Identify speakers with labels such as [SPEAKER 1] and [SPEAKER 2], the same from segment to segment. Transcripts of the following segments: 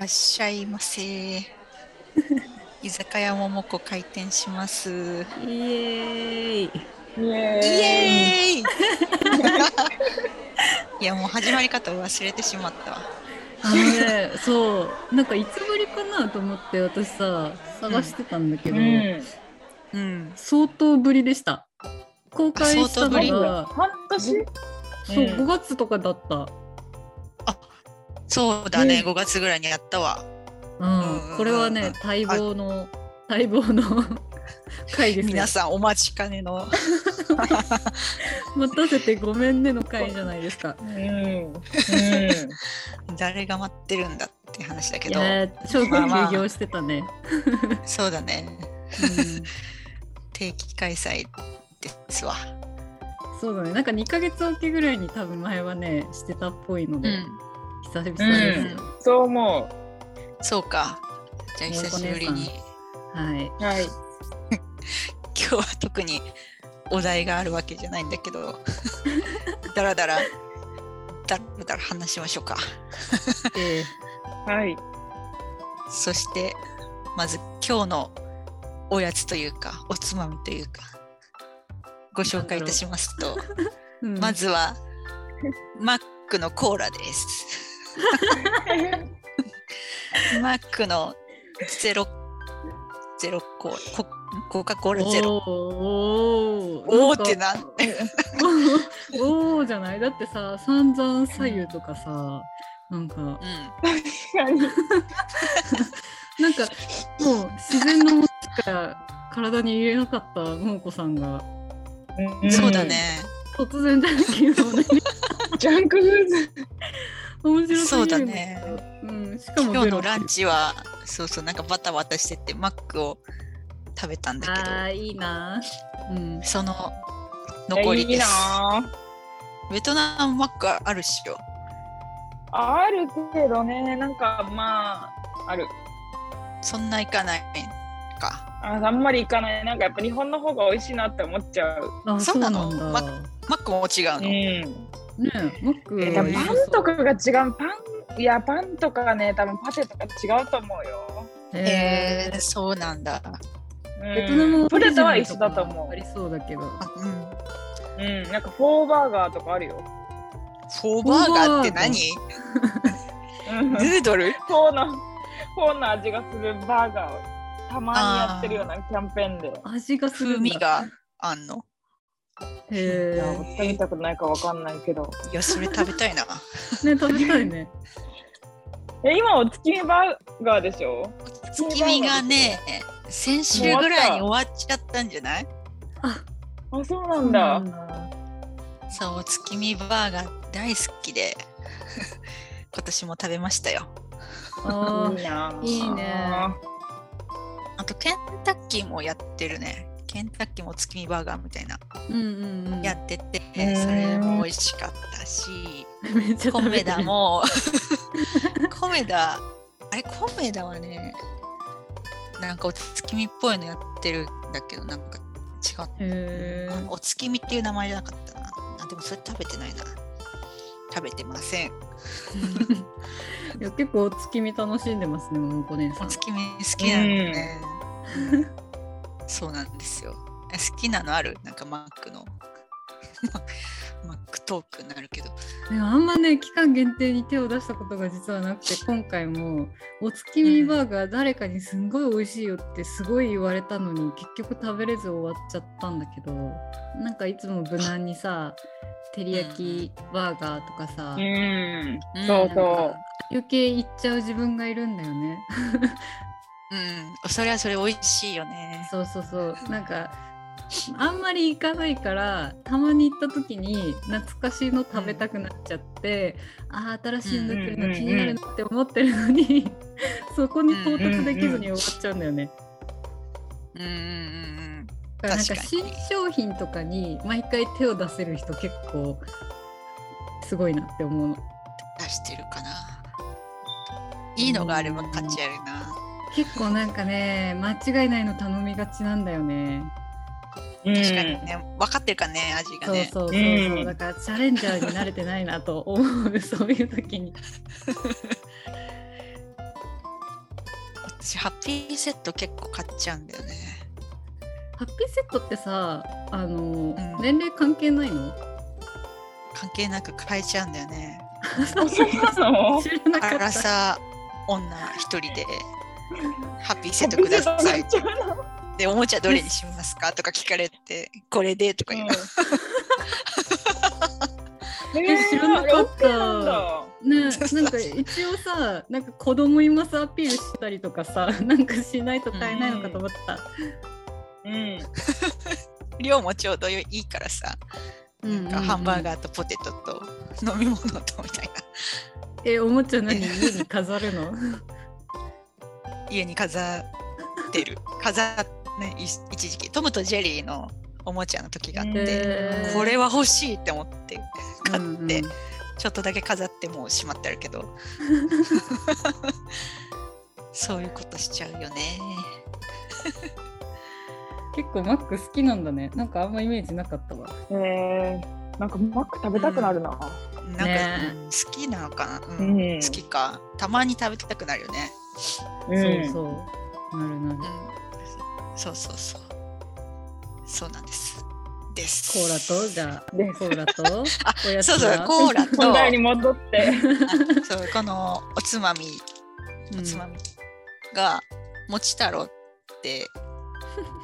[SPEAKER 1] らっしゃいませ。居酒屋ももこ開店します。
[SPEAKER 2] イエーイ
[SPEAKER 3] イ
[SPEAKER 1] イ
[SPEAKER 3] エーイ
[SPEAKER 1] エーイ。 いやもう始まり方忘れてしまったわ。
[SPEAKER 2] あのねそうなんかいつぶりかなと思って私さ探してたんだけど、
[SPEAKER 3] うん、
[SPEAKER 1] うん。
[SPEAKER 2] 相当ぶりでした公開した
[SPEAKER 1] あ
[SPEAKER 2] の
[SPEAKER 1] 相当
[SPEAKER 2] が
[SPEAKER 3] 半年
[SPEAKER 2] そう
[SPEAKER 3] うん
[SPEAKER 2] 5月とかだった、
[SPEAKER 1] そうだね。
[SPEAKER 3] うん
[SPEAKER 1] 5月ぐらいにやったわ。
[SPEAKER 2] うん
[SPEAKER 1] うん
[SPEAKER 2] これはね待望の 待望 の回ですね
[SPEAKER 1] 皆さんお待ちかねの。
[SPEAKER 2] 待たせてごめんねの回じゃないですか
[SPEAKER 3] うん、うん、
[SPEAKER 1] 誰が待ってるんだって話だけ
[SPEAKER 2] い
[SPEAKER 1] ど。
[SPEAKER 2] やー長期
[SPEAKER 1] まあまあ
[SPEAKER 2] 休業してたね、
[SPEAKER 1] そうだね。
[SPEAKER 2] う
[SPEAKER 1] 定期開催ですわ。
[SPEAKER 2] ん、そうだねなんか2ヶ月おきぐらいに多分前はねしてたっぽいので、久々ですよ、
[SPEAKER 3] そう思
[SPEAKER 1] そうか。じゃあ久しぶりに。
[SPEAKER 2] はい。
[SPEAKER 3] う。はい。
[SPEAKER 1] 今日は特にお題があるわけじゃないんだけどだらだらだらだら話しましょうか
[SPEAKER 2] えー
[SPEAKER 3] はい。
[SPEAKER 1] そしてまず今日のおやつというかおつまみというかご紹介いたしますと
[SPEAKER 2] うん
[SPEAKER 1] まずはマックのコーラですマックのゼロゼロコーラココカ・コーラゼロ
[SPEAKER 2] おー
[SPEAKER 1] おおって
[SPEAKER 2] な
[SPEAKER 1] なん
[SPEAKER 2] んかおーじゃないだってさ散々左右とかさなんか
[SPEAKER 1] うん
[SPEAKER 2] なんかもう自然のものしか体に入れなかった桃子さんが
[SPEAKER 3] うん
[SPEAKER 1] そうだ。ね
[SPEAKER 2] 突然大好きなもの に
[SPEAKER 3] ジャンクフーズ。
[SPEAKER 2] 面白すぎるんけど
[SPEAKER 1] そうだね
[SPEAKER 2] うん、しか
[SPEAKER 1] 今
[SPEAKER 2] も
[SPEAKER 1] 日の
[SPEAKER 2] ゼロ
[SPEAKER 1] ランチはそうそうなんかバタバタしててマックを食べたんだけ
[SPEAKER 2] あ
[SPEAKER 1] ど
[SPEAKER 2] ーいいなうん
[SPEAKER 1] その残り
[SPEAKER 3] い
[SPEAKER 1] で
[SPEAKER 3] い
[SPEAKER 1] す
[SPEAKER 3] な
[SPEAKER 1] ベトナムマックあるっしょ
[SPEAKER 3] あ。あるけどね、なんかまあ、ある。
[SPEAKER 1] そんな行かないか
[SPEAKER 3] ああんまり行かない。なんかやっぱ日本の方が美味しいなって思っちゃう。
[SPEAKER 2] あ
[SPEAKER 1] そうなの
[SPEAKER 2] そうな
[SPEAKER 1] ま
[SPEAKER 2] んだ
[SPEAKER 1] マックも違う
[SPEAKER 3] うん。
[SPEAKER 1] の、
[SPEAKER 3] え
[SPEAKER 2] ねマック
[SPEAKER 3] でもパンとかが違う。パン、いや、パンとかね、多分パテとか違うと思うよ。
[SPEAKER 1] へえそうなんだ
[SPEAKER 3] うん
[SPEAKER 2] ベトナムオ
[SPEAKER 3] ポ
[SPEAKER 2] リ
[SPEAKER 3] テ
[SPEAKER 2] ジ
[SPEAKER 3] トは
[SPEAKER 2] ナル
[SPEAKER 3] 一
[SPEAKER 2] と
[SPEAKER 3] 緒
[SPEAKER 2] か
[SPEAKER 3] だと思
[SPEAKER 2] ありそうだけど。
[SPEAKER 1] あうん
[SPEAKER 3] う。うん、なんかフォーバーガーとかあるよ。
[SPEAKER 1] フォーバーガーって何
[SPEAKER 3] うん
[SPEAKER 1] ヌードル
[SPEAKER 3] フォーのフォーの味がするバーガーをたまにやってるようなキャンペーンで。
[SPEAKER 2] 味がする
[SPEAKER 1] 風
[SPEAKER 2] んだ
[SPEAKER 1] 味。があんの
[SPEAKER 3] い
[SPEAKER 2] へ
[SPEAKER 3] や食べたことないかわかんないけど。
[SPEAKER 1] いやそれ食べたいな
[SPEAKER 2] え。ね食べたいね。
[SPEAKER 3] え今お月見バーガーでしょ？
[SPEAKER 1] 月見がね先週ぐらいに終わっちゃったんじゃない
[SPEAKER 2] あ
[SPEAKER 3] あそうなんだ。
[SPEAKER 1] そう月見バーガー大好きで 今年も食べましたよ
[SPEAKER 2] あ
[SPEAKER 3] いいな。
[SPEAKER 2] いいね
[SPEAKER 1] あとケンタッキーもやってるねケンタッキーも月見バーガーみたいな
[SPEAKER 2] ーうんうんうん。
[SPEAKER 1] やってて、
[SPEAKER 3] うん
[SPEAKER 1] それも美味しかったし
[SPEAKER 2] めっちゃ
[SPEAKER 1] コ
[SPEAKER 2] 食べ
[SPEAKER 1] メ
[SPEAKER 2] て
[SPEAKER 1] ダ
[SPEAKER 2] る。
[SPEAKER 1] も コメダあれコメダはねなんかお月見っぽいのやってるんだけどなんか違う
[SPEAKER 2] へ
[SPEAKER 1] あのお月見っていう名前じゃなかったなあでもそれ食べてないな食べてません
[SPEAKER 2] え。いや結構月見楽しんでますねももこ姉さ
[SPEAKER 1] お
[SPEAKER 2] ん。
[SPEAKER 1] 月見好きなのね、 そうなんですよえ好きなのあるなんかマックの マックトークになるけど
[SPEAKER 2] ねあんまね期間限定に手を出したことが実はなくて今回もお月見バーガー誰かにすんごい美味しいよってすごい言われたのに結局食べれず終わっちゃったんだけどなんかいつも無難にさ照り焼きバーガーとかさ、
[SPEAKER 3] うん。
[SPEAKER 1] うん
[SPEAKER 3] そ
[SPEAKER 2] な
[SPEAKER 3] う
[SPEAKER 2] ん
[SPEAKER 3] そ
[SPEAKER 2] か余計行っちゃう自分がいるんだよね。
[SPEAKER 1] うんそれはそれ美味しいよね
[SPEAKER 2] そうそうそう。なんかあんまり行かないからたまに行った時に懐かしいの食べたくなっちゃって、ああ新しいの出てるの気になるなって思ってるのに、そこに到達できずに終わっちゃうんだよね。
[SPEAKER 1] うんうんうん
[SPEAKER 2] だからなんか
[SPEAKER 1] 確かに
[SPEAKER 2] 新商品とかに毎回手を出せる人結構すごいなって思うの。
[SPEAKER 1] 出してるかないいのがあれば価値あるな
[SPEAKER 2] 結構なんかね間違いないの頼みがちなんだよね。
[SPEAKER 3] う。うん。
[SPEAKER 1] 確かにね分かってるからね味が
[SPEAKER 2] そう
[SPEAKER 1] ね
[SPEAKER 2] そうそうそう、
[SPEAKER 3] うん
[SPEAKER 2] だからチャレンジャーに慣れてないなと思うそういう時に
[SPEAKER 1] 私ハッピーセット結構買っちゃうんだよね
[SPEAKER 2] ハッピーセットってさあの、
[SPEAKER 1] ん
[SPEAKER 2] 年齢関係 ないの
[SPEAKER 1] 関係なく買えちゃうんだよね
[SPEAKER 3] あそうなの
[SPEAKER 2] 知らな
[SPEAKER 1] ア
[SPEAKER 2] か
[SPEAKER 1] ラ
[SPEAKER 2] った
[SPEAKER 1] サー女一人でハッピーセットください
[SPEAKER 3] ハッピーセット買っちゃうの
[SPEAKER 1] でおもちゃどれにしますかとか聞かれてこれでとか 言う、
[SPEAKER 3] うん
[SPEAKER 2] え知らなかった
[SPEAKER 3] えーあれ OK なんだ
[SPEAKER 2] ねなんか一応さなんか子供いますアピールしたりとかさ なんかしないと買えないのかと思った、
[SPEAKER 3] うん
[SPEAKER 1] 量もちょうどいいからさ、
[SPEAKER 2] うんうんうん
[SPEAKER 1] なんかハンバーガーとポテトと飲み物とみたい
[SPEAKER 2] えおもちゃ何家に飾 るの
[SPEAKER 1] な 家に飾ってる飾ねい一時期トムとジェリーのおもちゃの時があって、
[SPEAKER 2] へー
[SPEAKER 1] これは欲しいって思って買って、
[SPEAKER 2] うんうん
[SPEAKER 1] ちょっとだけ飾ってもうしまってあるけど そういうことしちゃうよね
[SPEAKER 2] 結構マック好きなんだねなんかあんまイメージなかったわ
[SPEAKER 3] えー、なんかマック食べたくなるな。
[SPEAKER 1] なんか、
[SPEAKER 2] ね
[SPEAKER 1] うん好きなのかな、う
[SPEAKER 3] うんん
[SPEAKER 1] 好きかたまに食べたくなるよね、
[SPEAKER 3] う。
[SPEAKER 2] そうんそう。なるなる。
[SPEAKER 1] うん、そうそうそうそうなんですです
[SPEAKER 2] コーラと、じゃ
[SPEAKER 3] で
[SPEAKER 2] あ、コー ラと、おやつ
[SPEAKER 1] そうそうコーラと
[SPEAKER 3] 本題に戻って。
[SPEAKER 1] あそうこのおつまみ
[SPEAKER 2] うん
[SPEAKER 1] おつまみがもち太郎って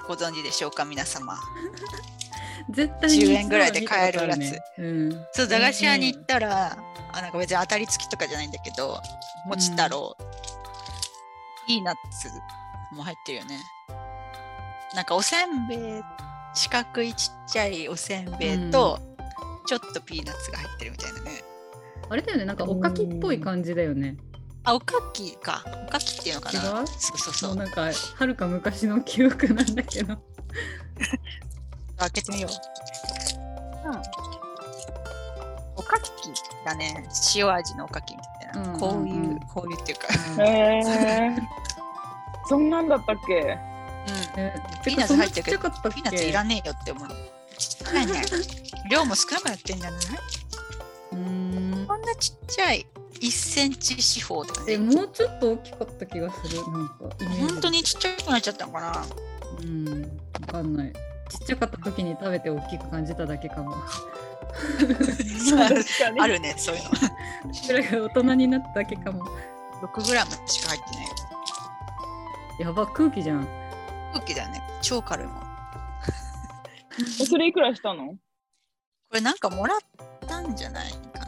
[SPEAKER 1] ご存知でしょうか皆様
[SPEAKER 2] 絶対に
[SPEAKER 1] 10円ぐらいで買えるやつ
[SPEAKER 2] うん。
[SPEAKER 1] そう駄菓子屋に行ったら、あなんか別に当たり付きとかじゃないんだけどもち太郎、ピーナッツも入ってるよねなんかおせんべい四角いちっちゃいおせんべいと、ちょっとピーナッツが入ってるみたいなね
[SPEAKER 2] あれだよね、なんかおかきっぽい感じだよね。
[SPEAKER 1] あおかきかおかきっていうのか
[SPEAKER 2] 違
[SPEAKER 1] な
[SPEAKER 2] う
[SPEAKER 1] そうそうそ
[SPEAKER 2] もう
[SPEAKER 1] う
[SPEAKER 2] なんか、はるか昔の記憶なんだけど。
[SPEAKER 1] 開けてみようおかきだね塩味のおかきみたいな、
[SPEAKER 2] うん
[SPEAKER 1] こういう、
[SPEAKER 2] うんうん
[SPEAKER 1] こういうっていうか、
[SPEAKER 3] えー、そんなんだったっけ？
[SPEAKER 2] え
[SPEAKER 1] ピーナッツ入ってる
[SPEAKER 2] て
[SPEAKER 1] けど
[SPEAKER 2] かそんなちっちゃ
[SPEAKER 1] ピー
[SPEAKER 2] かったっけ
[SPEAKER 1] ナッツいらねえよって 思うちっちゃいね量も少なくなってんじゃないう
[SPEAKER 2] ーん
[SPEAKER 1] こんなちっちゃい1センチ四方とか
[SPEAKER 2] え、
[SPEAKER 1] ね
[SPEAKER 2] もうちょっと大きかった気がする。なんか、イメージ
[SPEAKER 1] 本当にちっちゃくなっちゃったのかな
[SPEAKER 2] うん、わかんない。ちっちゃかった時に食べて大きく感じただけかも。
[SPEAKER 3] 確かに。
[SPEAKER 1] あるねそういうの
[SPEAKER 2] それが大人になっただけかも。
[SPEAKER 1] 6グラムしか入ってない
[SPEAKER 2] やば、空気じゃん。
[SPEAKER 1] 空気だよね超軽いもんこ
[SPEAKER 3] それいくらしたの？
[SPEAKER 1] れなんかもらったんじゃないか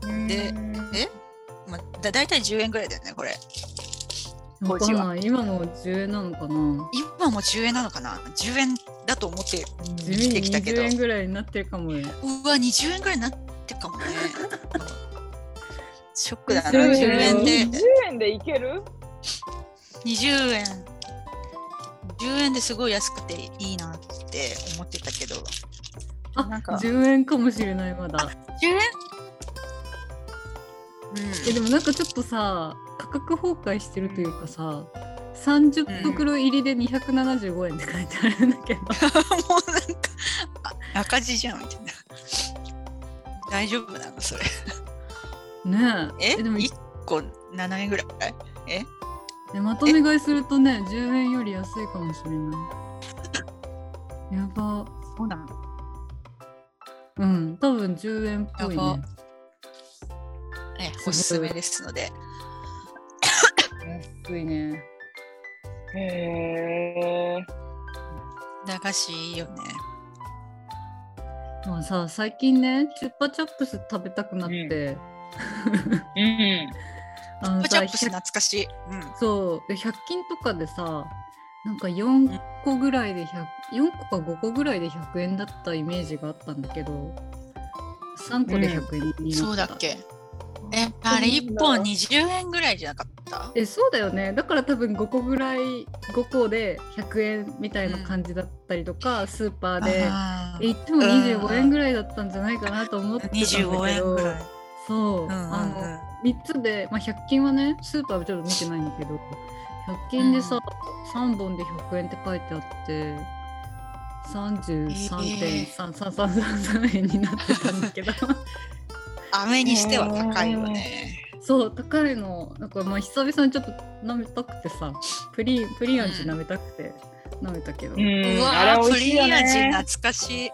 [SPEAKER 1] なでえまあ、だだいたい10円ぐらいだよねこれ
[SPEAKER 2] わか
[SPEAKER 1] 当時
[SPEAKER 2] ん
[SPEAKER 1] は
[SPEAKER 2] ない。今も10円なのかな
[SPEAKER 1] 今も10円なのかな10円だと思って
[SPEAKER 2] 地
[SPEAKER 1] 生
[SPEAKER 2] 味
[SPEAKER 1] きて
[SPEAKER 2] に
[SPEAKER 1] きたけど
[SPEAKER 2] 20円ぐらいになってるかもね。
[SPEAKER 1] うわ、20円ぐらいになってかもね。ショックだな、
[SPEAKER 2] 10
[SPEAKER 1] 10
[SPEAKER 2] 円
[SPEAKER 1] 円で、
[SPEAKER 3] 十円でいける？
[SPEAKER 1] 20円。10円ですごい安くていいなって思ってたけど、
[SPEAKER 2] あ
[SPEAKER 1] なんか
[SPEAKER 2] 10円かもしれない、まだ。
[SPEAKER 1] 10円
[SPEAKER 2] え、でもなんかちょっとさ、価格崩壊してるというかさ、30袋入りで275円って書いてあるんだけど。
[SPEAKER 1] うん、もうなんかあ赤字じゃんみたいな。大丈夫なのそれ。
[SPEAKER 2] ねえ。
[SPEAKER 1] え
[SPEAKER 2] でも、
[SPEAKER 1] ?1 個7円ぐらいえ
[SPEAKER 2] ねまとめ買いするとね、10円より安いかもしれない。やば。
[SPEAKER 1] そうなの
[SPEAKER 2] うん、多分10円っぽい
[SPEAKER 1] やば
[SPEAKER 2] ね。
[SPEAKER 1] えおすすめですので。
[SPEAKER 2] 安いね。
[SPEAKER 3] へえ
[SPEAKER 1] 駄菓子いいよね。
[SPEAKER 2] もうさ最近ねチュッパチャップス食べたくなって、
[SPEAKER 3] ー。
[SPEAKER 2] あの
[SPEAKER 1] パチ
[SPEAKER 2] さ
[SPEAKER 1] ャップス
[SPEAKER 2] 100
[SPEAKER 1] 懐かしい。うん。
[SPEAKER 2] そうで100均とかでさなんか4個ぐらいで100 4個か5個ぐらいで100円だったイメージがあったんだけど3個で100円になった、
[SPEAKER 1] そうだっけえ、あれ1本20円ぐらいじゃなかった
[SPEAKER 2] えそうだよねだから多分5個ぐらい5個で100円みたいな感じだったりとか、スーパーで
[SPEAKER 1] あー
[SPEAKER 2] え行っても25円ぐらいだったんじゃないかなと思ってたんだけど
[SPEAKER 1] 25円ぐらい。
[SPEAKER 2] そう、
[SPEAKER 1] うんうんうん
[SPEAKER 2] あの3つで、まあ、100均はねスーパーはちょっと見てないんだけど100均でさ、3本で100円って書いてあって33.3333円になってたんだけど
[SPEAKER 1] 飴にしては高いよね。
[SPEAKER 2] そう高いのなんかまあ久々にちょっと舐めたくてさプリンプリン味舐めたくて舐めたけど、
[SPEAKER 3] う、
[SPEAKER 1] うん
[SPEAKER 3] あれ
[SPEAKER 1] わー
[SPEAKER 3] 美
[SPEAKER 1] プ
[SPEAKER 3] 味しい
[SPEAKER 1] リ
[SPEAKER 3] よ
[SPEAKER 1] ン味
[SPEAKER 3] ね。
[SPEAKER 1] 懐かしい。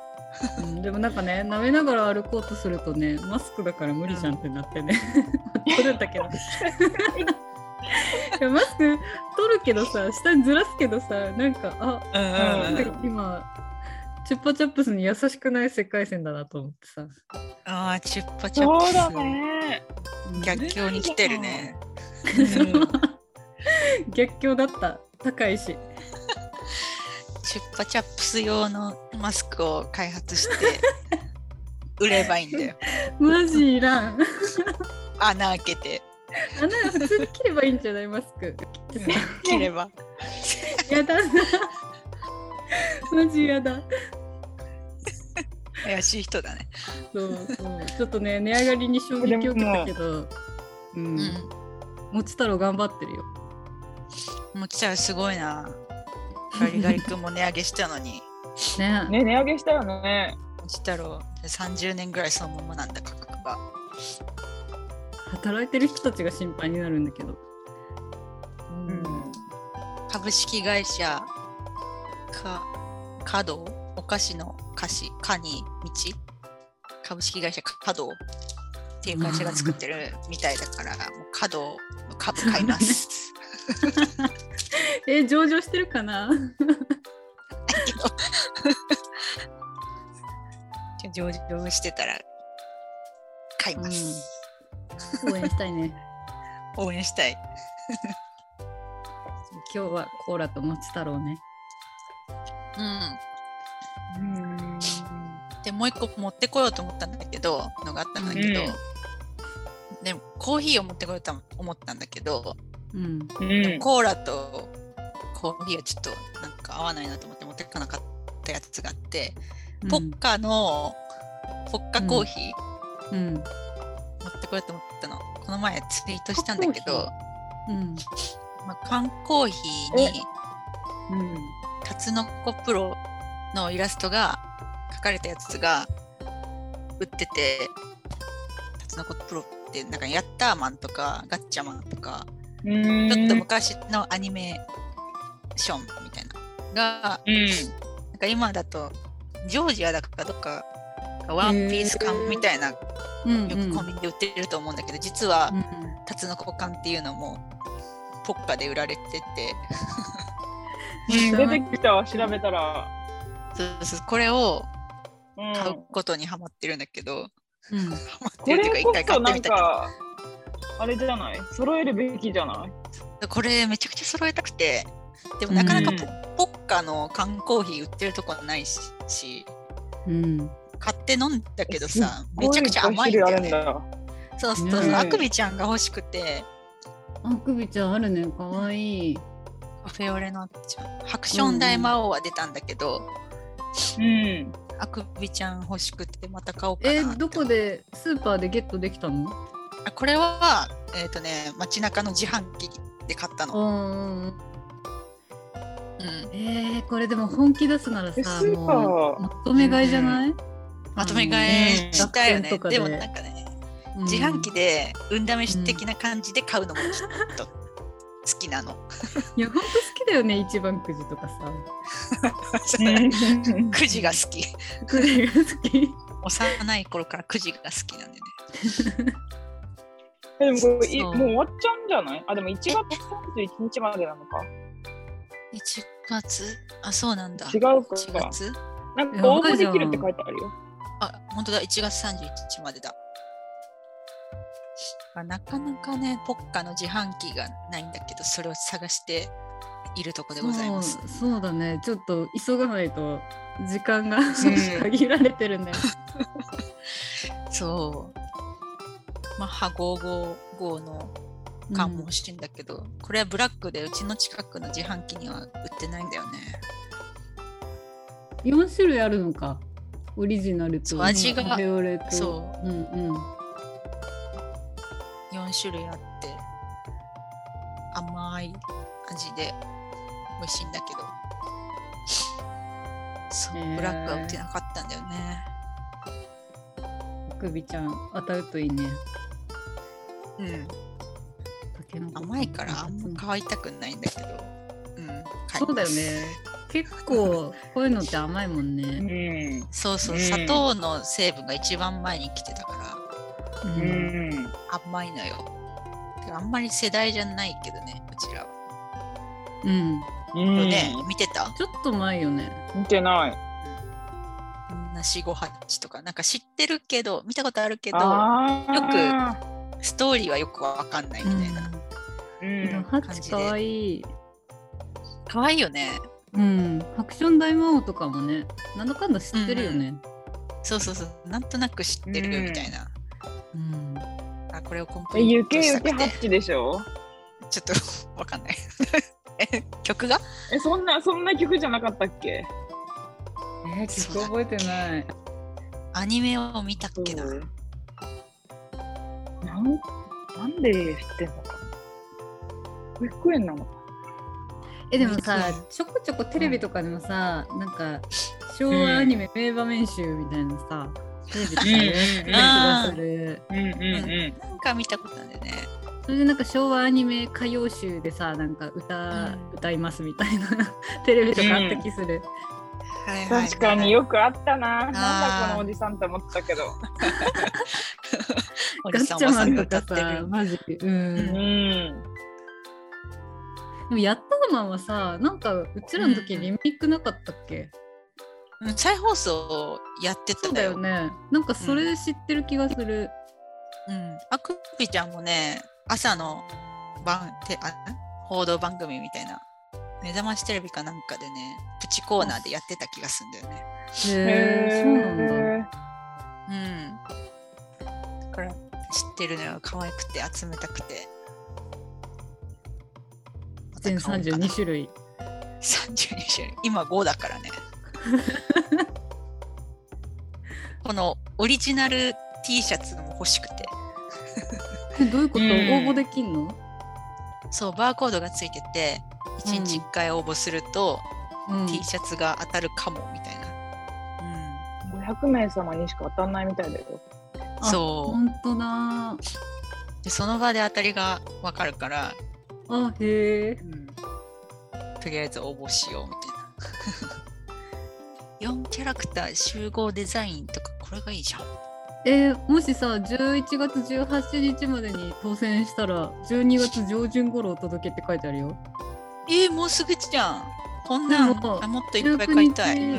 [SPEAKER 2] うんでもなんかね舐めながら歩こうとするとねマスクだから無理じゃんってなってね取るんだけどいやマスク取るけどさ下にずらすけどさなんかあ
[SPEAKER 1] うんう
[SPEAKER 3] うん
[SPEAKER 1] んうん。
[SPEAKER 2] 今チュッパチャップスに優しくない世界線だなと思ってさ
[SPEAKER 1] ああ、チュッパチャップ
[SPEAKER 3] そう
[SPEAKER 1] ス。
[SPEAKER 3] だね。
[SPEAKER 1] 逆境に来てるね。
[SPEAKER 2] 逆境だった高いし
[SPEAKER 1] チュッパチャップス用のマスクを開発 して。売ればいいんだよ。
[SPEAKER 2] マジいらん
[SPEAKER 1] 穴開けて。
[SPEAKER 2] あんな普通に切ればいいんじゃないマスク切ってさ
[SPEAKER 1] 切れば。
[SPEAKER 2] やだマジやだ
[SPEAKER 1] 怪しい人だね。
[SPEAKER 2] そうそうちょっとね値上がりに衝撃を受けたけどうん
[SPEAKER 1] うん。
[SPEAKER 2] もち太郎頑張ってるよ
[SPEAKER 1] もちちゃんすごいな。ガリガリ君も値上げしたのに。
[SPEAKER 2] ね
[SPEAKER 3] ね値上げしたよね。
[SPEAKER 1] もち太郎、30年ぐらいそのままなんだ、価格が。
[SPEAKER 2] 働いてる人たちが心配になるんだけどうん
[SPEAKER 1] 株式会社か角お菓子の菓子かに道株式会社角っていう会社が作ってるみたいだから、もう角の株買います。
[SPEAKER 2] え上場してるかな
[SPEAKER 1] 上場してたら買います。
[SPEAKER 2] 応援したいね
[SPEAKER 1] 応援したい。
[SPEAKER 2] 今日はコーラともち太郎ね
[SPEAKER 1] うん。
[SPEAKER 3] うん。
[SPEAKER 1] でもう一個持ってこようと思ったんだけどのがあったんだけど、でもコーヒーを持ってこようと思ったんだけど、
[SPEAKER 2] うん
[SPEAKER 3] うん。
[SPEAKER 1] コーラとコーヒーはちょっとなんか合わないなと思って持ってかなかったやつがあって、ポッカのポッカコーヒー
[SPEAKER 2] うん
[SPEAKER 1] 持ってこようと思ったの、この前ツイートしたんだけど、
[SPEAKER 2] うん
[SPEAKER 1] まあ、缶コーヒーに
[SPEAKER 2] うん
[SPEAKER 1] タツノコプロのイラストが書かれたやつが売っててタツノコプロってなんかヤッターマンとかガッチャマンとか
[SPEAKER 3] うん。
[SPEAKER 1] ちょっと昔のアニメーションみたいなのが、
[SPEAKER 3] うん
[SPEAKER 1] なんか今だとジョージアだかどっかがワンピース缶みたいなよ
[SPEAKER 2] うん
[SPEAKER 1] くコンビニで売ってると思うんだけど、実は
[SPEAKER 2] うん
[SPEAKER 1] タツノコ缶っていうのもポッカで売られてて
[SPEAKER 3] うん出てきたわ調べたら。
[SPEAKER 1] そうそうこれを
[SPEAKER 3] うん。
[SPEAKER 1] 買うことにハマってるんだけど、
[SPEAKER 2] うん
[SPEAKER 1] ハマっ
[SPEAKER 3] こ
[SPEAKER 1] てるってい
[SPEAKER 3] れ
[SPEAKER 1] う
[SPEAKER 3] こ
[SPEAKER 1] か一回買
[SPEAKER 3] そ
[SPEAKER 1] って
[SPEAKER 3] な
[SPEAKER 1] み
[SPEAKER 3] ん
[SPEAKER 1] たけど
[SPEAKER 3] かあれじゃない。揃えるべきじゃない。
[SPEAKER 1] これめちゃくちゃ揃えたくてでもなかなかポ,、
[SPEAKER 3] う
[SPEAKER 1] ポッカの缶コーヒー売ってるとこないしし
[SPEAKER 2] うん
[SPEAKER 1] 買って飲んだけどさ
[SPEAKER 3] すっごい
[SPEAKER 1] めちゃくちゃ甘いんだよ
[SPEAKER 3] 種類あるん
[SPEAKER 1] ね。
[SPEAKER 3] だ。
[SPEAKER 1] そうそうそう、
[SPEAKER 2] ね
[SPEAKER 1] あくびちゃんが欲しくて、
[SPEAKER 2] あくびちゃんあるねかわいい
[SPEAKER 1] カフェオレのあくびちゃん、ハクション大魔王は出たんだけど、
[SPEAKER 3] うん。
[SPEAKER 1] あくびちゃん欲しくて、また買おうかなって
[SPEAKER 2] えどこでスーパーでゲットできたの
[SPEAKER 1] あこれは、えっ、とね、街中の自販機で買ったの。
[SPEAKER 2] うん
[SPEAKER 1] うん、
[SPEAKER 2] えー、これでも本気出すなら
[SPEAKER 3] え
[SPEAKER 2] さ
[SPEAKER 3] スーパー
[SPEAKER 2] もうまとめ買いじゃない、
[SPEAKER 1] まとめ買いしたいよね。
[SPEAKER 2] 楽天とかで
[SPEAKER 1] でもなんかね、自販機
[SPEAKER 2] で
[SPEAKER 1] で運試し的な感じで買うのもちょっと好きなの。
[SPEAKER 2] いやほんと好きだよね一番くじとかさ
[SPEAKER 3] う ん
[SPEAKER 1] くじが好き。
[SPEAKER 2] くじが好き
[SPEAKER 1] 幼い頃からくじが好きなんでね。
[SPEAKER 3] でもこれい
[SPEAKER 2] そ
[SPEAKER 3] も
[SPEAKER 2] う
[SPEAKER 3] う終わっちゃうんじゃないあでも1月31日までなのか
[SPEAKER 1] 1月あ、そうなんだ。
[SPEAKER 3] 違う
[SPEAKER 1] 1
[SPEAKER 3] か
[SPEAKER 1] 月
[SPEAKER 3] なん
[SPEAKER 2] い
[SPEAKER 3] か
[SPEAKER 2] や
[SPEAKER 3] 応
[SPEAKER 2] 若
[SPEAKER 3] 募
[SPEAKER 2] いじ
[SPEAKER 3] で
[SPEAKER 2] ゃん
[SPEAKER 3] きるって書いてあるよ
[SPEAKER 1] あ、本当だ、1月31日までだ。あなかなかね、ポッカの自販機がないんだけど、それを探しているとこでございます。
[SPEAKER 2] そうそうだねちょっと急がないと時間が
[SPEAKER 3] ん
[SPEAKER 2] 限られてるね
[SPEAKER 1] そう。マッハ555の缶も欲しいんだけど、これはブラックでうちの近くの自販機には売ってないんだよね。
[SPEAKER 2] 4種類あるのかオリジナル
[SPEAKER 1] そ
[SPEAKER 2] と
[SPEAKER 1] う味が
[SPEAKER 2] カフェオレと、
[SPEAKER 1] そう
[SPEAKER 2] んうん、
[SPEAKER 1] 4種類あって、甘い味で美味しいんだけど。そう
[SPEAKER 2] へ、ー
[SPEAKER 1] ブラックは売ってなかったんだよね。
[SPEAKER 2] あくびちゃん当たるといいね
[SPEAKER 1] うん、
[SPEAKER 2] たけのこ
[SPEAKER 1] 甘いからあんま買いたくないんだけど、うん、買います
[SPEAKER 2] そうだよね。結構こういうのって甘いもん
[SPEAKER 3] う
[SPEAKER 2] ね。
[SPEAKER 3] ん。
[SPEAKER 1] そうそう、
[SPEAKER 3] うん
[SPEAKER 1] 砂糖の成分が一番前に来てたから
[SPEAKER 2] う
[SPEAKER 3] うんん。
[SPEAKER 1] 甘いのよてかあんまり世代じゃないけどねうちらは、
[SPEAKER 2] うん、
[SPEAKER 3] うん。
[SPEAKER 1] ね見てた
[SPEAKER 2] ちょっと前よね。
[SPEAKER 3] 見てない。
[SPEAKER 1] なしごはちとかなんか知ってるけど見たことあるけど
[SPEAKER 3] ああ。
[SPEAKER 1] ストーリーはよくわかんないみたいな、
[SPEAKER 3] く。う
[SPEAKER 2] うん、でも
[SPEAKER 3] ん。
[SPEAKER 2] ハチかわいい。
[SPEAKER 1] 可愛いよね
[SPEAKER 2] うん、ハクション大魔王とかもね、なんだかんだ知ってるよね。
[SPEAKER 1] そうそうそうなんとなく知ってるみたいな、
[SPEAKER 2] うん、
[SPEAKER 1] あこれをコンプ
[SPEAKER 3] え、
[SPEAKER 1] リ
[SPEAKER 3] ゆ
[SPEAKER 1] ー
[SPEAKER 3] け
[SPEAKER 1] トし
[SPEAKER 3] ゆ
[SPEAKER 1] たく
[SPEAKER 3] けハ
[SPEAKER 1] て
[SPEAKER 3] ッチでしょ
[SPEAKER 1] ちょっとわかんない え曲が
[SPEAKER 3] え、そんな、そんな曲じゃなかったっけ
[SPEAKER 2] えー、結構覚えてない。
[SPEAKER 1] アニメを見たっけな、
[SPEAKER 3] うんなん、なんで知ってんのかな。保育園なの
[SPEAKER 2] え、でもさ
[SPEAKER 1] う、
[SPEAKER 2] ちょこちょこテレビとかでもさ、なんか昭和アニメ名場面集みたいなさ、テレビとかでやってる気がする。
[SPEAKER 3] うんうんう
[SPEAKER 1] なんか見たことあるんだよね
[SPEAKER 2] それでなんか昭和アニメ歌謡集でさなんか歌、
[SPEAKER 1] うん
[SPEAKER 2] 歌いますみたいな テレビとかあった気する、
[SPEAKER 1] はいはいはい
[SPEAKER 3] 確かによくあったな。なんだこのおじさんって思ったけど。
[SPEAKER 1] お
[SPEAKER 2] ガ
[SPEAKER 1] じ
[SPEAKER 2] ッ
[SPEAKER 1] さん
[SPEAKER 2] チャ
[SPEAKER 1] おば
[SPEAKER 2] マ
[SPEAKER 1] さん
[SPEAKER 2] ン
[SPEAKER 1] が
[SPEAKER 2] と
[SPEAKER 1] 歌
[SPEAKER 2] か
[SPEAKER 1] ってる
[SPEAKER 2] さマジうん、
[SPEAKER 3] う
[SPEAKER 2] で
[SPEAKER 3] ん。
[SPEAKER 2] もヤッターマンはさなんかうちらの時
[SPEAKER 1] うん
[SPEAKER 2] リミックなかったっけ、
[SPEAKER 1] うん再放送やってた
[SPEAKER 2] そう
[SPEAKER 1] よ
[SPEAKER 2] だよねなんかそれ知ってる気がする、
[SPEAKER 1] うん、あくびちゃんもね朝の番てあん報道番組みたいな目覚ましテレビかなんかでねプチコーナーでやってた気がするんだよね
[SPEAKER 2] へえそうなんだ
[SPEAKER 3] へ
[SPEAKER 1] うんだから知ってるのよ可愛くて集めたくてまた
[SPEAKER 2] 全
[SPEAKER 1] 買おうかな
[SPEAKER 2] 32種類
[SPEAKER 1] 32種類今5だから ねこのオリジナル T シャツも欲しくて
[SPEAKER 2] えどういうこと、
[SPEAKER 3] うん
[SPEAKER 2] 応募できんの
[SPEAKER 1] そうバーコードがついてて1日1回応募すると、
[SPEAKER 2] うん
[SPEAKER 1] T シャツが当たるかもみたいな、
[SPEAKER 3] ー500名様にしか当たんないみたいだよ。
[SPEAKER 1] うん
[SPEAKER 2] あ
[SPEAKER 1] そ
[SPEAKER 2] ほんとだ
[SPEAKER 1] うでその場で当たりが分かるから、
[SPEAKER 2] あへえ
[SPEAKER 1] とりあえず応募しようみたいな4キャラクター集合デザインとかこれがいいじゃん
[SPEAKER 2] えーもしさ11月18日までに当選したら12月上旬頃お届けって書いてあるよ
[SPEAKER 1] えー、もうすぐじゃんこんなん
[SPEAKER 2] でも
[SPEAKER 1] あもっといっぱい買いたい、
[SPEAKER 2] 19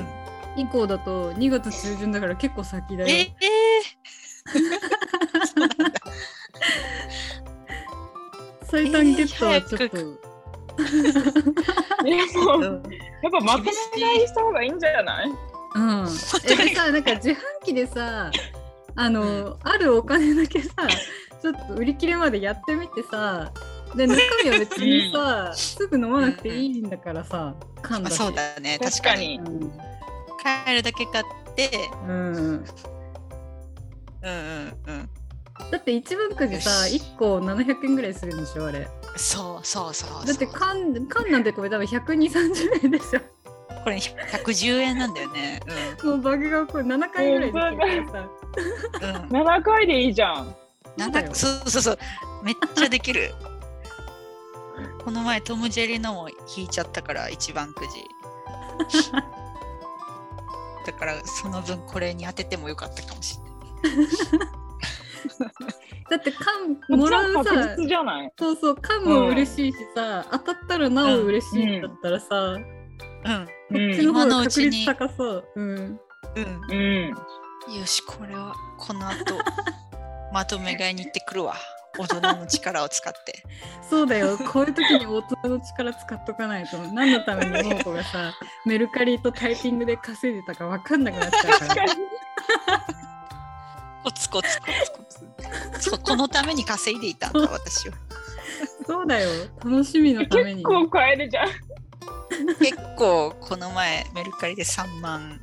[SPEAKER 1] うん
[SPEAKER 2] 以降だと2月中旬だから結構先だ
[SPEAKER 1] え
[SPEAKER 2] よ、
[SPEAKER 1] ー、
[SPEAKER 2] 最短ゲットはちょっと、
[SPEAKER 1] え
[SPEAKER 3] いやも う
[SPEAKER 1] うん
[SPEAKER 3] やっぱまとめ買いした方がいいんじゃない
[SPEAKER 2] うん
[SPEAKER 1] 当
[SPEAKER 2] え
[SPEAKER 1] に
[SPEAKER 2] でさなんか自販機でさあの、あるお金だけさちょっと売り切れまでやってみてさで中身は別にさ、すぐ飲まなくていいんだからさ缶だ
[SPEAKER 1] あ
[SPEAKER 2] し
[SPEAKER 1] そうだね確
[SPEAKER 3] 確
[SPEAKER 1] か
[SPEAKER 3] か
[SPEAKER 1] に
[SPEAKER 3] に。
[SPEAKER 1] 買えるだけ買って
[SPEAKER 2] うん、うん、
[SPEAKER 1] うんうんうん
[SPEAKER 2] だって一番くじさ
[SPEAKER 1] よし
[SPEAKER 2] 1個700円ぐらいするんでしょあれ
[SPEAKER 1] そうそうそうそう
[SPEAKER 2] だって缶缶なんてこれ多分12030円でしょ
[SPEAKER 1] これ110円なんだよね
[SPEAKER 2] もうバグが起こる7回ぐらいできるからさ
[SPEAKER 1] うん、うん
[SPEAKER 3] 7回でいいじゃん。
[SPEAKER 1] なん
[SPEAKER 2] そうだ
[SPEAKER 1] だ
[SPEAKER 2] よ
[SPEAKER 1] そうそうそうめっちゃできるこの前トム・ジェリーのも引いちゃったから一番くじ だからその分これに当ててもよかったかもしれない
[SPEAKER 2] だって缶も
[SPEAKER 3] も
[SPEAKER 2] ら
[SPEAKER 3] らう
[SPEAKER 2] うさ
[SPEAKER 3] 確実じゃない。
[SPEAKER 2] そうそう缶も嬉しいしさ、当たったらなお嬉しいんだったらさ、
[SPEAKER 1] うん
[SPEAKER 3] う
[SPEAKER 2] こ
[SPEAKER 3] ん
[SPEAKER 2] っちの
[SPEAKER 1] 今
[SPEAKER 2] 方
[SPEAKER 1] の
[SPEAKER 2] が
[SPEAKER 1] う
[SPEAKER 2] 確
[SPEAKER 1] ちに
[SPEAKER 2] 率高そう、うん、
[SPEAKER 1] う
[SPEAKER 3] う
[SPEAKER 1] ん
[SPEAKER 3] ん。
[SPEAKER 1] よしこれはこの後まとめ買いに行ってくる わ大人の力を使って
[SPEAKER 2] そうだよこういう時に大人の力使っとかないと何のために桃子が さメルカリとタイピングで稼いでたか分かんなくなっちゃうから
[SPEAKER 1] コツコツコツコツそうこのために稼いでいたん だ私は
[SPEAKER 2] そうだよ楽しみのために
[SPEAKER 3] 結構買えるじゃん。
[SPEAKER 1] 結構この前メルカリで3万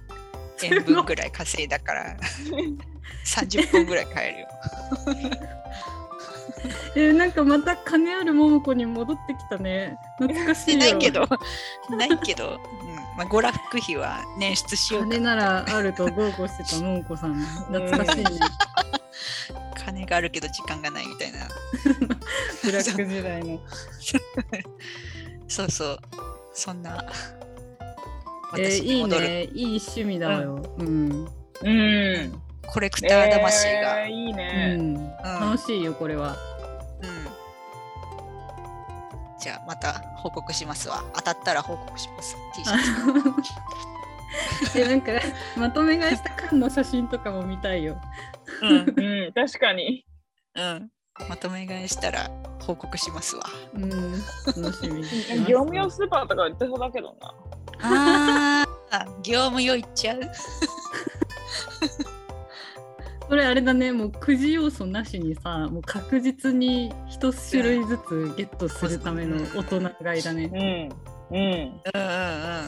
[SPEAKER 1] 円分ぐらい稼いだから 30分ぐらい買えるよ
[SPEAKER 2] えーなんかまた金ある桃子に戻ってきたね懐かしい
[SPEAKER 1] し
[SPEAKER 2] よ
[SPEAKER 1] ないけどないけど、うんまあ、娯楽費は捻出しようか
[SPEAKER 2] 金ならあると豪語してた桃子さん懐かしいね、
[SPEAKER 1] 金があるけど時間がないみたいな。
[SPEAKER 2] ブラック時代の。
[SPEAKER 1] そうそう。そんな。
[SPEAKER 2] えー、
[SPEAKER 1] 私
[SPEAKER 2] い
[SPEAKER 1] に
[SPEAKER 2] い
[SPEAKER 1] 戻る、
[SPEAKER 2] ね。いい趣味だよ。うん。
[SPEAKER 3] うん。
[SPEAKER 1] コレクター魂が。
[SPEAKER 3] えーいい
[SPEAKER 2] うん。
[SPEAKER 3] ね。
[SPEAKER 2] 楽しいよ、これは。
[SPEAKER 1] うんじゃあまた報告しますわ。当たったら報告します。T シャツ。
[SPEAKER 2] で、なんか、まとめ買いした缶の写真とかも見たいよ。
[SPEAKER 1] うん、
[SPEAKER 3] うん、確かに。
[SPEAKER 1] うん。まとめ買いしたら報告しますわ。
[SPEAKER 2] うん。楽しみにしてます。
[SPEAKER 3] 業務用スーパーとか売ってそうだけどな。
[SPEAKER 1] ああ、業務用いっちゃう。
[SPEAKER 2] これあれだね、もうくじ要素なしにさ、もう確実に一種類ずつゲットするための大人買いだね
[SPEAKER 3] う。ん。うん。
[SPEAKER 1] うんうんうん。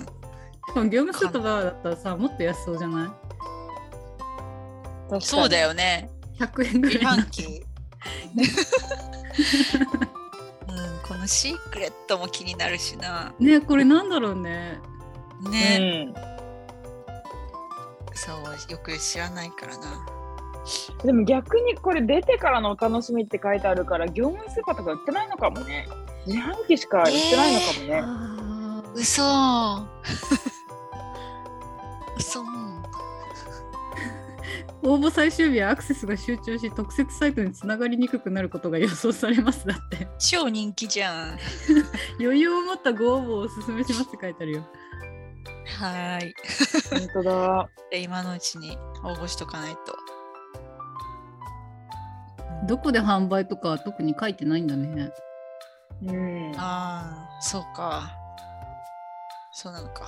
[SPEAKER 2] しかも業務スーパーだったらさ、もっと安そうじゃな
[SPEAKER 3] 確かに
[SPEAKER 1] そうだ。よね。
[SPEAKER 2] い ?100 円ぐ
[SPEAKER 1] 自
[SPEAKER 2] らいの
[SPEAKER 1] 販。 機。うん、このシークレットも気になるしな。
[SPEAKER 2] ね、これなんだろうね。
[SPEAKER 1] ね、そう、よく知らないからな。
[SPEAKER 3] うん、でも逆にこれ出てからのお楽しみって書いてあるから業務用スーパーとか売ってないのかもね自販機しか売ってないのかもね、
[SPEAKER 2] あー
[SPEAKER 1] 嘘。 嘘。
[SPEAKER 2] 応募最終日はアクセスが集中し特設サイトにつながりにくくなることが予想されますだって
[SPEAKER 1] 超人気じゃん。
[SPEAKER 2] 余裕を持ったご応募をおすすめしますって書いてあるよ
[SPEAKER 1] はーい。
[SPEAKER 3] 本当だ
[SPEAKER 1] で今のうちに応募しとかないと。
[SPEAKER 2] どこで販売とかは特に書いてないんだね
[SPEAKER 3] うん
[SPEAKER 1] ああ、そうか。そうなのか。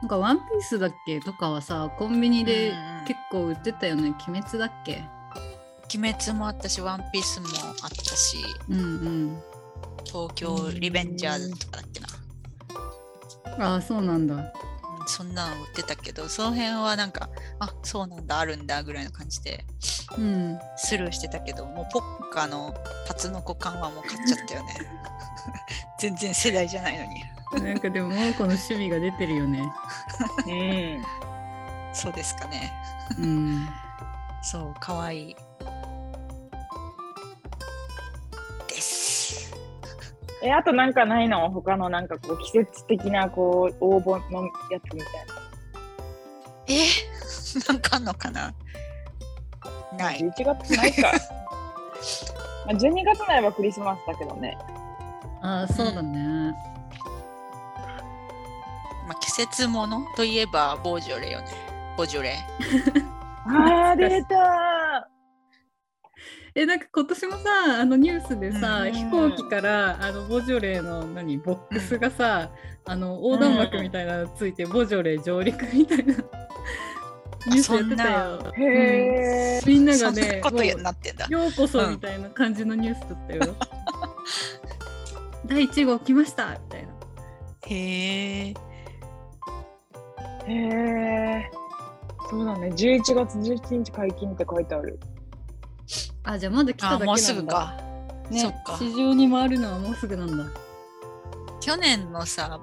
[SPEAKER 2] なんか「ワンピースだっけとかはさコンビニで
[SPEAKER 1] うんうん
[SPEAKER 2] 結構売ってたよね「鬼滅だっけ
[SPEAKER 1] 鬼滅もあったし、ワンピースもあったし、
[SPEAKER 2] うんうん
[SPEAKER 1] 東京リベンジャーズとかだっけな。
[SPEAKER 2] ああそうなんだ
[SPEAKER 1] うんそんなの売ってたけど、その辺はなんか、あそうなんだ、あるんだぐらいの感じで
[SPEAKER 2] うん
[SPEAKER 1] スルーしてたけど、もうポッカのタツノコ缶はもう買っちゃったよ ね。全然世代じゃないのに。
[SPEAKER 2] なんかでも桃子の趣味が出てるよね
[SPEAKER 3] うん
[SPEAKER 1] そうですかね。
[SPEAKER 2] うん
[SPEAKER 1] そう、かわいい。です。
[SPEAKER 3] えあとなんかないの他のなんかこう季節的なこう応募のやつみたいな
[SPEAKER 1] え なんかあんのかなない。
[SPEAKER 3] 11月ない かまあ12月ないはクリスマスだけどね
[SPEAKER 2] ああそうだね、
[SPEAKER 1] まあ、季節ものといえば、ボージョレよね。ボージョレ。
[SPEAKER 3] あー出た
[SPEAKER 2] えなんか今年もさあのニュースでさ、
[SPEAKER 3] うん
[SPEAKER 2] 飛行機からあのボジョレーの何ボックスがさ、あの横断幕みたいなのついて、ボジョレー上陸みたいなニュースやってたよ。
[SPEAKER 3] ーへえ、
[SPEAKER 2] みんな
[SPEAKER 1] そ
[SPEAKER 2] が
[SPEAKER 1] ん
[SPEAKER 2] ね
[SPEAKER 1] なこと
[SPEAKER 2] も
[SPEAKER 1] に
[SPEAKER 2] う
[SPEAKER 1] なってんだ。
[SPEAKER 2] ようこそみたいな感じのニュースだったよ。第1号来ましたみたいな。
[SPEAKER 1] へえ。
[SPEAKER 3] へえそうだね11月17日解禁って書いてある
[SPEAKER 2] あじゃあまだ来ただ
[SPEAKER 1] あ、
[SPEAKER 2] けなんだ。
[SPEAKER 1] もうすぐか。
[SPEAKER 2] ね、
[SPEAKER 1] そっか
[SPEAKER 2] 市場に回るのはもうすぐなんだ。
[SPEAKER 1] 去年のさ、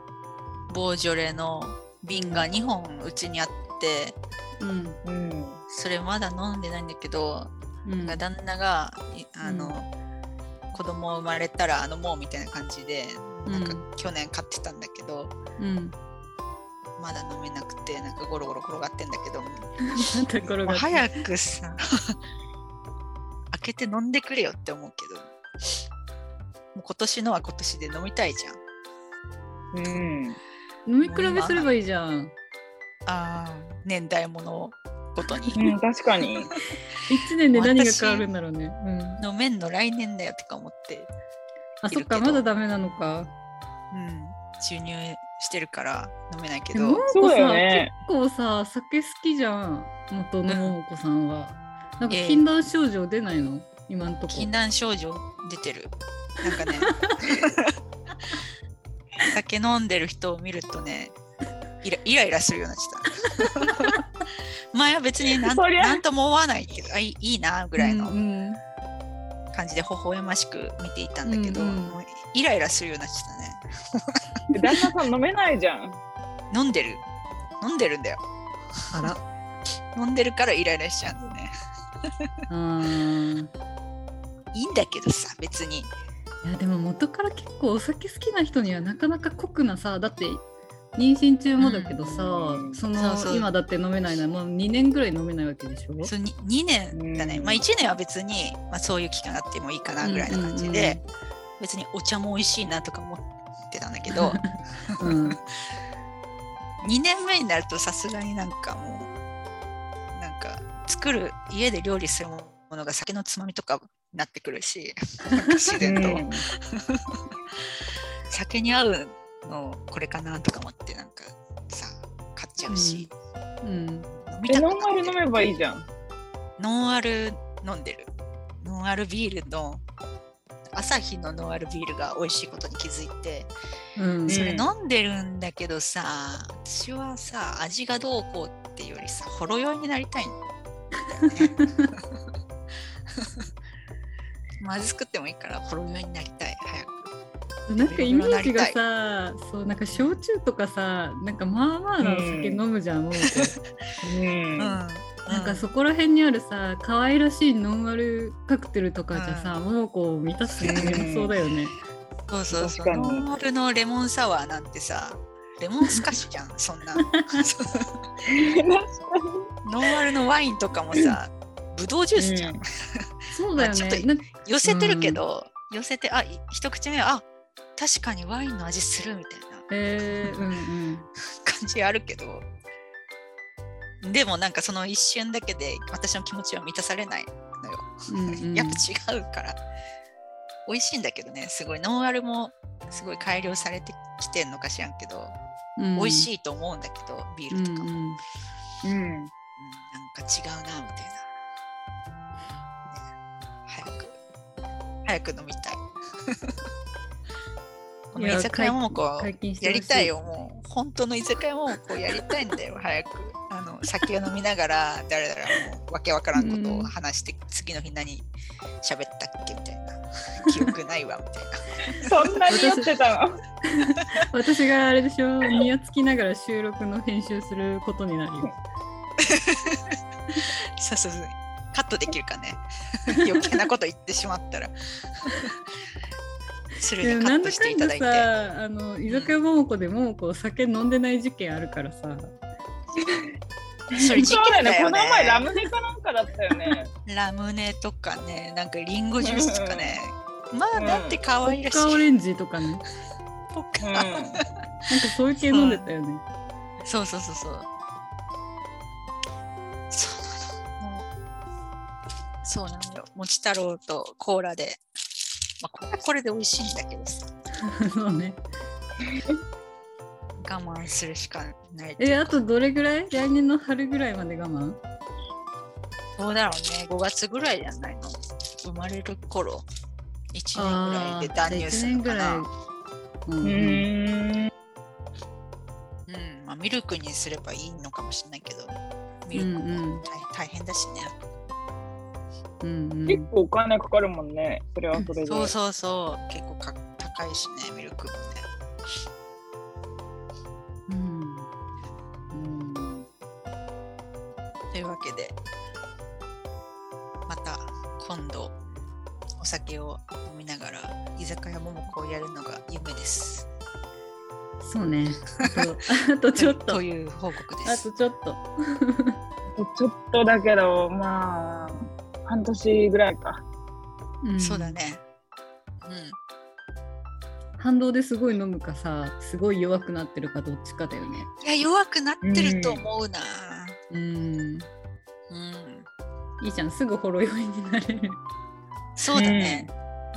[SPEAKER 1] ボージョレの瓶が2本うちにあって、
[SPEAKER 2] うん
[SPEAKER 3] うん
[SPEAKER 1] それまだ飲んでないんだけど、
[SPEAKER 2] うん
[SPEAKER 1] なんか旦那がいあ
[SPEAKER 2] う
[SPEAKER 1] の、子供生まれたらあのもうみたいな感じでなんか
[SPEAKER 2] う
[SPEAKER 1] 去年買ってたんだけど、
[SPEAKER 2] うん。
[SPEAKER 1] まだ飲めなくてなんかゴロゴロ転がってんだけど、
[SPEAKER 2] とこ
[SPEAKER 1] も
[SPEAKER 2] ろ
[SPEAKER 1] う
[SPEAKER 2] が
[SPEAKER 1] 早くさ開けて飲んでくれよって思うけどもう今年のは今年で飲みたいじゃん
[SPEAKER 3] うん
[SPEAKER 2] 飲み比べすればいいじゃん。
[SPEAKER 1] あ年代ものごとに
[SPEAKER 3] うん、確か に。
[SPEAKER 2] 1年で何が変わるんだろうね。うん、
[SPEAKER 1] 飲めんの来年だよとか思って、
[SPEAKER 2] あそっか
[SPEAKER 1] いるけ
[SPEAKER 2] ま
[SPEAKER 1] ど
[SPEAKER 2] だダメなのか。
[SPEAKER 1] うん、注入してるから飲めないけ
[SPEAKER 2] で
[SPEAKER 1] ど
[SPEAKER 2] ももう
[SPEAKER 3] そう
[SPEAKER 2] こ
[SPEAKER 3] だ
[SPEAKER 2] さ、
[SPEAKER 3] よね
[SPEAKER 2] 結構さ酒好きじゃん元のももこさんは。なんか
[SPEAKER 1] ええ
[SPEAKER 2] 禁断症状出ないの今んとこ。
[SPEAKER 1] 禁断症状出てるなん かね酒飲んでる人を見るとねイライライラするようになっちゃった前は別になん
[SPEAKER 3] そりゃ
[SPEAKER 1] なんとも思わないけどあいいいいなぐらいの
[SPEAKER 2] うんうん
[SPEAKER 1] 感じで微笑ましく見ていたんだけど、
[SPEAKER 2] うんうん
[SPEAKER 1] もうイライラするようになっちゃったね
[SPEAKER 3] 旦那さん飲めないじゃん。
[SPEAKER 1] 飲んでる飲んでるんだよ
[SPEAKER 2] あら
[SPEAKER 1] 飲んでるからイライラしちゃうんだよね
[SPEAKER 2] あー
[SPEAKER 1] いいんだけどさ別に
[SPEAKER 2] いやでも元から結構お酒好きな人にはなかなか酷なさだって妊娠中もだけどさ、
[SPEAKER 3] うん
[SPEAKER 2] そ
[SPEAKER 1] そ
[SPEAKER 2] の
[SPEAKER 1] うそう
[SPEAKER 2] 今だって飲めないのはもう2年ぐらい飲めないわけでしょ
[SPEAKER 1] そうに2年だね、
[SPEAKER 3] うん
[SPEAKER 1] まあ1年は別に、まあ、そういう期間あってもいいかなぐらいな感じで、別にお茶も美味しいなとか思ってたんだけ ど
[SPEAKER 2] うんうんうん、
[SPEAKER 1] 2年目になるとさすがになんかもうなんか作る家で料理するものが酒のつまみとかになってくるしなんか自然と、
[SPEAKER 3] うん
[SPEAKER 1] 酒に合うのこれかなとか思ってなんかさ買っちゃうし、
[SPEAKER 2] うん
[SPEAKER 1] 飲み
[SPEAKER 3] え
[SPEAKER 1] たくな
[SPEAKER 3] ノ
[SPEAKER 1] っ
[SPEAKER 3] ンアル
[SPEAKER 1] て
[SPEAKER 3] 飲めばいいじゃん。
[SPEAKER 1] ノンアル飲んでる。ノンアルビールの朝日のノンアルビールが美味しいことに気づいて、
[SPEAKER 2] うん
[SPEAKER 1] それ
[SPEAKER 3] うん
[SPEAKER 1] 飲んでるんだけどさ、私はさ、味がどうこうっていうよりさ、ほろ酔いになりたいんだよね。まずくてもいいから、ほろ酔いになりたい、早く。
[SPEAKER 2] なんかイメージがさそうなんか焼酎とかさなんかまあまあなお酒飲むじゃん、もう
[SPEAKER 3] うん
[SPEAKER 2] なんかそこら辺にあるさ可愛らしいノンアルカクテルとかじゃさ、もうこう満たしてくれそうだよね。
[SPEAKER 1] そうそうそう。
[SPEAKER 3] 確か
[SPEAKER 1] ノ
[SPEAKER 3] に
[SPEAKER 1] ンアルのレモンサワーなんてさ、レモンスカッシュじゃん、そんな。ノンアルのワインとかもさ、ブドウジュースじゃん。
[SPEAKER 3] うん
[SPEAKER 2] そうだよ
[SPEAKER 1] まあちょっと
[SPEAKER 2] ね。なんか
[SPEAKER 1] 寄せてるけど、寄せてあい一口目はあ確かにワインの味するみたいな
[SPEAKER 2] えー、うんうん。
[SPEAKER 1] 感じあるけどでもなんかその一瞬だけで私の気持ちは満たされないのよ、
[SPEAKER 2] うんうん
[SPEAKER 1] やっぱ違うから美味しいんだけどねすごいノンアルもすごい改良されてきてんのか知らんけど、
[SPEAKER 2] うん
[SPEAKER 1] 美味しいと思うんだけどビールとかも、うんなん
[SPEAKER 3] うん。
[SPEAKER 1] か違うなみたいな、ね早く早く飲み たいこの居酒屋もこう
[SPEAKER 2] 解禁して
[SPEAKER 1] や
[SPEAKER 2] ほし
[SPEAKER 1] りたいよ、もう。本当の居酒屋もこうやりたいんだよ、早く。あの酒を飲みながら、だらだらもうわけわからんことを話して、次の日何喋ったっけみたいな。記憶ないわ、みたいな。
[SPEAKER 3] そんなに酔ってたの。
[SPEAKER 2] 私があれでしょニヤつきながら収録の編集することになるよ。
[SPEAKER 1] そうそうそう。カットできるかね。余計なこと言ってしまった ら。それ
[SPEAKER 2] で
[SPEAKER 1] で
[SPEAKER 2] も
[SPEAKER 1] カ
[SPEAKER 2] なん
[SPEAKER 1] ット
[SPEAKER 2] だ
[SPEAKER 1] し
[SPEAKER 2] か
[SPEAKER 1] てい
[SPEAKER 2] ん
[SPEAKER 1] た
[SPEAKER 2] だ
[SPEAKER 1] だいて。
[SPEAKER 2] さあの居酒屋ももこでもこう酒飲んでない事件あるからさ。
[SPEAKER 1] それ事
[SPEAKER 3] そうだ
[SPEAKER 1] 件
[SPEAKER 3] よね。
[SPEAKER 1] だ
[SPEAKER 3] こ
[SPEAKER 1] よ
[SPEAKER 3] の前ラ
[SPEAKER 1] ね。
[SPEAKER 3] ムネかなんかだったよね。
[SPEAKER 1] ラムネとかね、なんかリンゴジュースとかね。まあ、だって可
[SPEAKER 2] ポ
[SPEAKER 1] 愛
[SPEAKER 2] ッ
[SPEAKER 1] らし
[SPEAKER 2] カオ
[SPEAKER 1] い。
[SPEAKER 2] レンジとかね。なんか
[SPEAKER 1] ポッカ
[SPEAKER 3] う
[SPEAKER 2] そういう系飲んでたよね。
[SPEAKER 1] そうそうそうそう。そうなの。もうそうなのよ。もち太郎とコーラで。まあ、これはこれで美味しいんだけどさ。
[SPEAKER 2] そうね。
[SPEAKER 1] 我慢するしかないっていう
[SPEAKER 2] え、
[SPEAKER 1] か
[SPEAKER 2] あとどれぐらい来年の春ぐらいまで我慢
[SPEAKER 1] どうだろうね。5月ぐらいじゃないの。生まれる頃。1年ぐらいで断乳するのかな。
[SPEAKER 2] 1年
[SPEAKER 3] ん。う
[SPEAKER 2] ぐ
[SPEAKER 1] う
[SPEAKER 2] らい。うんうん
[SPEAKER 3] ん。
[SPEAKER 1] ん。まあ、ミルクにすればいいのかもしれないけど。ミ
[SPEAKER 2] う
[SPEAKER 1] ルク
[SPEAKER 2] ん
[SPEAKER 1] も大,、
[SPEAKER 2] うん
[SPEAKER 1] 大変だしね。
[SPEAKER 2] うんう
[SPEAKER 3] 結
[SPEAKER 2] ん
[SPEAKER 3] 構お金かかるもんね。それはそれで。
[SPEAKER 1] そうそうそう。結構か高いしね、ミルクもね。
[SPEAKER 2] うん
[SPEAKER 1] うんというわけでまた今度お酒を飲みながら居酒屋ももこをやるのが夢です。
[SPEAKER 2] そうね。あとあとちょっと。
[SPEAKER 1] と
[SPEAKER 2] あ
[SPEAKER 1] いう報告です
[SPEAKER 2] と。ちょっと。
[SPEAKER 3] ちょっとだけど、まあ、半年ぐらいか。
[SPEAKER 2] ん
[SPEAKER 1] そうだ。ね。うん。
[SPEAKER 2] 反動ですごい飲むかさ、すごい弱くなってるかどっちかだよね。
[SPEAKER 1] いや弱くなってると思うな。
[SPEAKER 2] う
[SPEAKER 1] う
[SPEAKER 2] ん。
[SPEAKER 1] ん。
[SPEAKER 2] いいじゃん。すぐほろ酔いになれる。
[SPEAKER 1] そうだね。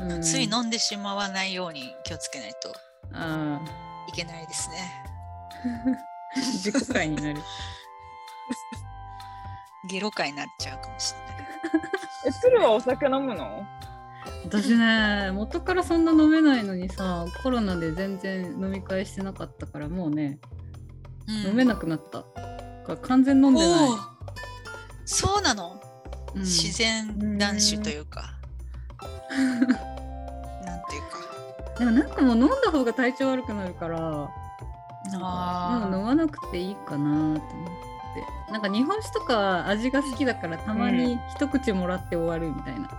[SPEAKER 2] うん
[SPEAKER 1] つい。飲んでしまわないように気をつけないと
[SPEAKER 2] ああ。
[SPEAKER 1] いけないですね。
[SPEAKER 2] 自己会になる。
[SPEAKER 1] ゲロ会になっちゃうかもしれない。
[SPEAKER 3] え、鶴はお酒飲むの
[SPEAKER 2] 私ね元からそんな飲めないのにさコロナで全然飲み会してなかったからもうね、
[SPEAKER 1] うん
[SPEAKER 2] 飲めなくなったから完全飲んでない
[SPEAKER 1] おお。そうなの。
[SPEAKER 2] うん
[SPEAKER 1] 自然男子というか、なんていうか
[SPEAKER 2] でもなんかもう飲んだ方が体調悪くなるからもう飲
[SPEAKER 1] あ
[SPEAKER 2] まなくていいかなって思ってなんか日本酒とか味が好きだからたまに一口もらって終わるみたい
[SPEAKER 1] う
[SPEAKER 2] な、
[SPEAKER 1] ん
[SPEAKER 3] うん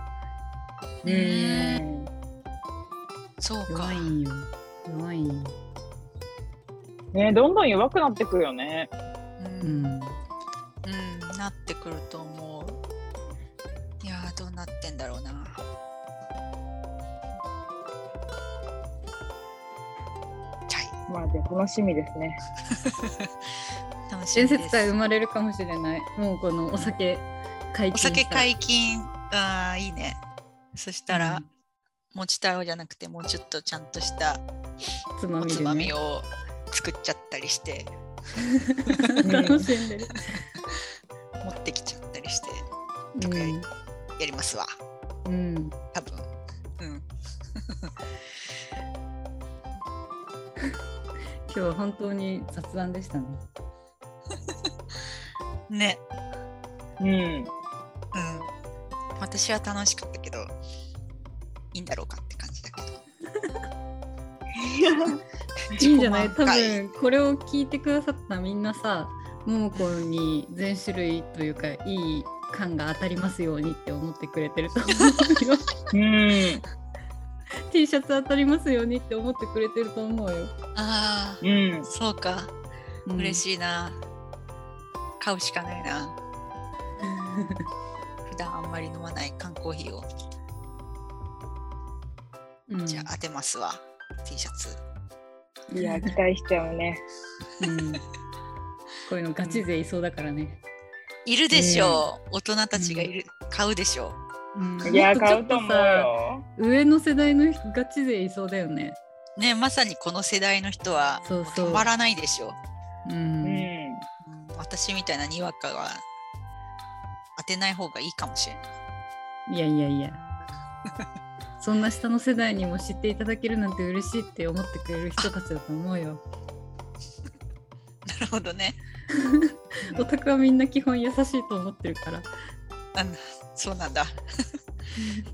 [SPEAKER 1] そうか
[SPEAKER 2] 弱いんよ弱いんよ
[SPEAKER 3] ねどんどん弱くなってくるよね。
[SPEAKER 1] うんう
[SPEAKER 2] うん
[SPEAKER 1] ん、なってくると思う。いやー、どうなってんだろうな。は
[SPEAKER 3] まあじゃあ楽しみですね。
[SPEAKER 1] い、楽しみ
[SPEAKER 2] 伝
[SPEAKER 1] で
[SPEAKER 2] 説会生
[SPEAKER 1] す。
[SPEAKER 2] まれるかもしれないもうこのお酒解禁
[SPEAKER 1] お
[SPEAKER 2] した
[SPEAKER 1] 酒解禁、ああ、いいね。そしたら、
[SPEAKER 2] うん
[SPEAKER 1] もち太郎じゃなくて、もうちょっとちゃんとした
[SPEAKER 2] つま
[SPEAKER 1] お
[SPEAKER 2] みで、ね、
[SPEAKER 1] つまみを作っちゃったりして、
[SPEAKER 2] 楽しんでる、
[SPEAKER 1] 持ってきちゃったりして、
[SPEAKER 2] うん
[SPEAKER 1] やりますわ。
[SPEAKER 2] うん、
[SPEAKER 1] 多分。うん。
[SPEAKER 2] 今日は本当に雑談でしたね
[SPEAKER 1] ね。
[SPEAKER 3] うん。
[SPEAKER 1] うん。私は楽しかったけど、いいんだろうかって感じだけど。
[SPEAKER 2] いいんじゃない
[SPEAKER 1] 自
[SPEAKER 2] 多
[SPEAKER 1] 己満開
[SPEAKER 2] 分これを聞いてくださったみんなさ桃子に全種類というかいい感が当たりますようにって思ってくれてると思うよ
[SPEAKER 3] うん。
[SPEAKER 2] T シャツ当たりますようにって思ってくれてると思うよ、
[SPEAKER 1] あ
[SPEAKER 3] うん
[SPEAKER 1] あ、。そうか。嬉
[SPEAKER 2] い
[SPEAKER 1] しいな。買うしかないな。普段あんまり飲まない缶コーヒーを、
[SPEAKER 2] うん、
[SPEAKER 1] じゃあ当てますわ。T シャツ。
[SPEAKER 3] いや、期待しちゃうね。
[SPEAKER 2] うん、こういうのガチ勢いそうだからね、
[SPEAKER 1] いるでしょう。大人たちがいる。買うでしょ
[SPEAKER 2] うん
[SPEAKER 3] いや、
[SPEAKER 2] もっち
[SPEAKER 3] 買
[SPEAKER 2] ょ
[SPEAKER 3] う
[SPEAKER 2] っ
[SPEAKER 3] と
[SPEAKER 2] さ
[SPEAKER 3] 思うよ。
[SPEAKER 2] 上の世代の人ガチ勢いそうだよね
[SPEAKER 1] う。ね、まさにこの世代の人は、
[SPEAKER 2] そうそう
[SPEAKER 1] たまらないでしょう。
[SPEAKER 2] う
[SPEAKER 3] うん
[SPEAKER 1] う
[SPEAKER 3] ん。
[SPEAKER 1] ん私みたいなにわかは当てない方がいいかもしれない。
[SPEAKER 2] いやいやいやそんな下の世代にも知っていただけるなんて嬉しいって思ってくれる人たちだと思うよ
[SPEAKER 1] なるほどね。
[SPEAKER 2] オタクはみんな基本優しいと思ってるから
[SPEAKER 1] あのそうなん だ。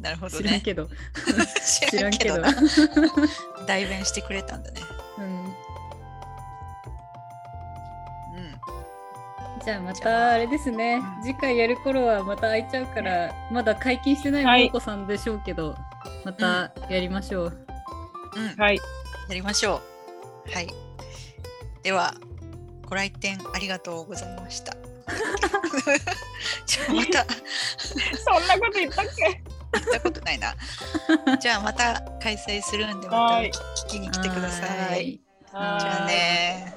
[SPEAKER 1] なるほど
[SPEAKER 2] 知らん
[SPEAKER 1] ね。
[SPEAKER 2] けど
[SPEAKER 1] 知
[SPEAKER 2] 知らんけど
[SPEAKER 1] な代弁してくれたんだね。
[SPEAKER 2] うん
[SPEAKER 1] う
[SPEAKER 2] じゃあまたあれですね
[SPEAKER 1] うん
[SPEAKER 2] 次回やる頃はまた空いちゃうからまだ解禁してな
[SPEAKER 3] はいい
[SPEAKER 2] もこさんでしょうけど、またやりましょう、
[SPEAKER 1] ん。うん。や
[SPEAKER 3] はい。
[SPEAKER 1] りましょう。はい。では、ご来店ありがとうございま した。じゃあまた、行
[SPEAKER 3] そんなこと言ったっけ
[SPEAKER 1] ったことない な。じゃあまた開催するんで、また
[SPEAKER 3] はい
[SPEAKER 1] 聞きに来てください。じゃあね。